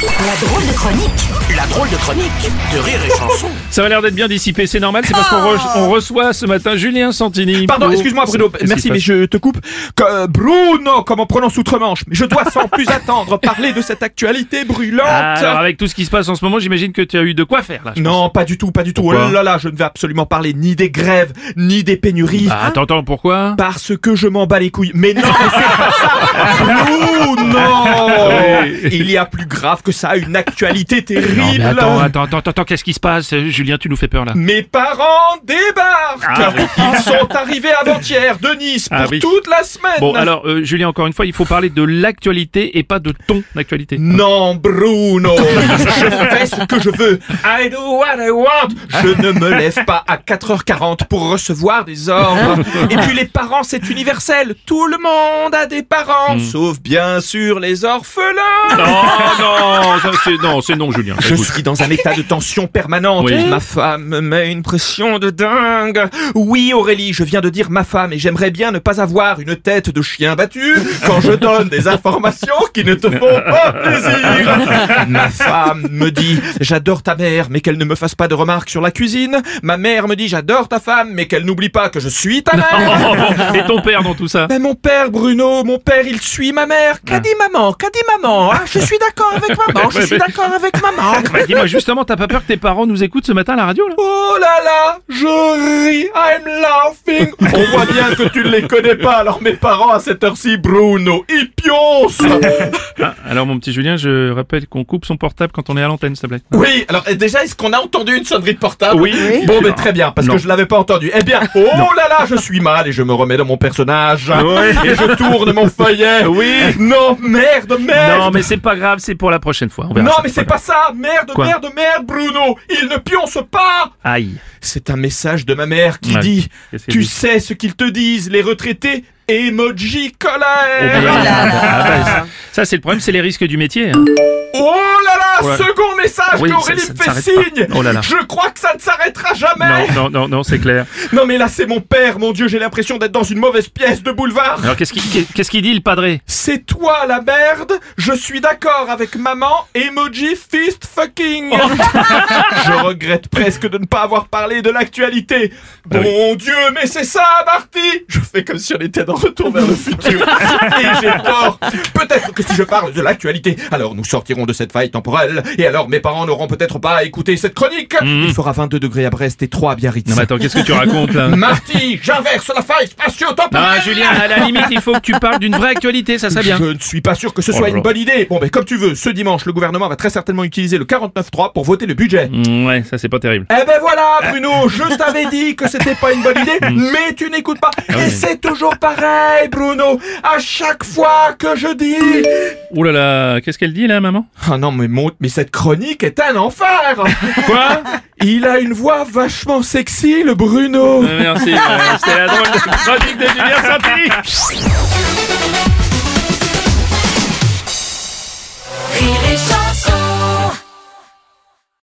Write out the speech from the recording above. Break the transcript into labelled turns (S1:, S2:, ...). S1: La drôle de chronique
S2: La drôle de chronique de Rire et Chanson.
S3: Ça m'a l'air d'être bien dissipé, c'est normal, c'est parce qu'on re- on reçoit ce matin Julien Santini.
S4: Pardon,
S3: Oh,
S4: excuse-moi Bruno,
S3: qu'est-ce qui
S4: merci
S3: se
S4: mais
S3: passe
S4: je te coupe. Que- euh, Bruno, comme on prononce outre-manche, mais je dois sans plus attendre parler de cette actualité brûlante.
S3: Ah, alors avec tout ce qui se passe en ce moment, j'imagine que tu as eu de quoi faire là. je pense.
S4: non, pas du tout, pas du tout.
S3: Pourquoi
S4: oh là là, je ne vais absolument parler ni des grèves, ni des pénuries.
S3: Ah, t'entends pourquoi
S4: Parce que je m'en bats les couilles. Mais non, mais c'est pas ça Bruno
S3: Oui.
S4: Il y a plus grave que ça, une actualité
S3: Non, mais
S4: terrible
S3: attends, attends, attends, attends, qu'est-ce qui se passe Euh, Julien, tu nous fais peur là.
S4: Mes parents débarquent
S3: Ah oui.
S4: Ils sont arrivés avant-hier de Nice pour
S3: Ah oui.
S4: toute la semaine
S3: Bon, alors euh, Julien, encore une fois, il faut parler de l'actualité et pas de ton actualité.
S4: Non, Bruno, je fais ce que je veux. I do what I want. Je ne me lève pas à 4h40 pour recevoir des ordres. Et puis les parents, c'est universel. Tout le monde a des parents, sauf bien sûr les orphelins.
S3: Non, Oh, non, ça, c'est non, c'est non, Julien.
S4: Je
S3: Écoute.
S4: suis dans un état de tension permanente.
S3: Oui.
S4: Ma femme me met une pression de dingue. Oui, Aurélie, je viens de dire ma femme et j'aimerais bien ne pas avoir une tête de chien battu quand je donne des informations qui ne te font pas plaisir. Ma femme me dit j'adore ta mère mais qu'elle ne me fasse pas de remarques sur la cuisine. Ma mère me dit j'adore ta femme mais qu'elle n'oublie pas que je suis ta mère.
S3: Oh, bon, et ton père dans tout ça
S4: Mais mon père, Bruno, mon père, il suit ma mère. Qu'a dit maman Qu'a dit maman hein Je suis d'accord avec maman, je
S3: Ouais,
S4: suis
S3: mais-
S4: d'accord avec maman.
S3: Bah, Dis-moi justement, t'as pas peur que tes parents nous écoutent ce matin à la radio là
S4: Oh là là, je ris, I'm laughing. On voit bien que tu ne les connais pas, alors mes parents à cette heure-ci, Bruno, ils pioncent.
S3: Ah, Alors mon petit Julien, je rappelle qu'on coupe son portable quand on est à l'antenne, s'il te plaît.
S4: Oui, alors euh, déjà, est-ce qu'on a entendu une sonnerie de portable
S3: Oui. Oui.
S4: Bon, mais très bien, parce
S3: Non.
S4: que je l'avais pas entendu. Eh bien, oh là là, je suis mal et je me remets dans mon personnage.
S3: Oui.
S4: Et je tourne mon feuillet. Oui. Non, merde, merde.
S3: Non, mais c'est pas grave, c'est pour la prochaine fois. on verra
S4: Non,
S3: ça.
S4: mais c'est pas ça Merde,
S3: Quoi
S4: merde, merde, Bruno Il ne pionce pas
S3: Aïe.
S4: C'est un message de ma mère qui
S3: Ouais.
S4: dit
S3: Qu'est-ce qu'elle
S4: Tu
S3: dit
S4: sais ce qu'ils te disent, les retraités Emoji
S3: Eh ben,
S4: colère
S3: ah, bah, ça- ça, c'est le problème, c'est les risques du métier. hein.
S4: Oh là là,
S3: Oh là là.
S4: Second message
S3: Oui,
S4: qu'Aurélie
S3: ça- ça
S4: me
S3: ne
S4: fait
S3: s'arrête pas.
S4: signe
S3: Oh là là.
S4: Je crois que ça ne s'arrêtera jamais
S3: Non, non, non, non, c'est clair.
S4: non. mais là c'est mon père, mon Dieu, j'ai l'impression d'être dans une mauvaise pièce de boulevard
S3: Alors, qu'est-ce qu'il qu'est-ce qu'il dit, le padré
S4: C'est toi la merde Je suis d'accord avec maman, emoji fist fucking
S3: Oh.
S4: Je regrette presque de ne pas avoir parlé de l'actualité.
S3: Bah
S4: Bon Dieu, mais c'est ça, Marty Je fais comme si on était dans Retour vers le futur. Et j'ai tort Peut-être que si je parle de l'actualité, alors nous sortirons de cette faille temporelle, et alors mes parents n'auront peut-être pas écouté cette chronique
S3: Mhm.
S4: Il fera 22 degrés à Brest et 3 à Biarritz.
S3: Non, mais attends, qu'est-ce que tu racontes, là
S4: Marty, j'inverse la faille spatio-temporelle
S3: Non, Ah, Julien, à la limite, il faut que tu parles d'une vraie actualité, ça serait bien.
S4: je ne suis pas sûr que ce
S3: Oh
S4: soit
S3: là
S4: une
S3: là.
S4: bonne idée. Bon, mais comme tu veux, ce dimanche, le gouvernement va très certainement utiliser le 49.3 pour voter le budget.
S3: Mm, Ouais, ça, c'est pas terrible.
S4: Eh ben voilà, Bruno, je t'avais dit que c'était pas une bonne idée, mais tu n'écoutes pas.
S3: Mm. Ah oui.
S4: Et c'est toujours pareil, Bruno. À chaque fois que je dis.
S3: Ouh là là, qu'est-ce qu'elle dit, là, maman
S4: Ah non, mais mon- mais cette chronique est un enfer.
S3: Quoi
S4: Il a une voix vachement sexy, le Bruno.
S3: Ah, Euh, Merci, euh, c'était la drôle de chronique de Julien Santi.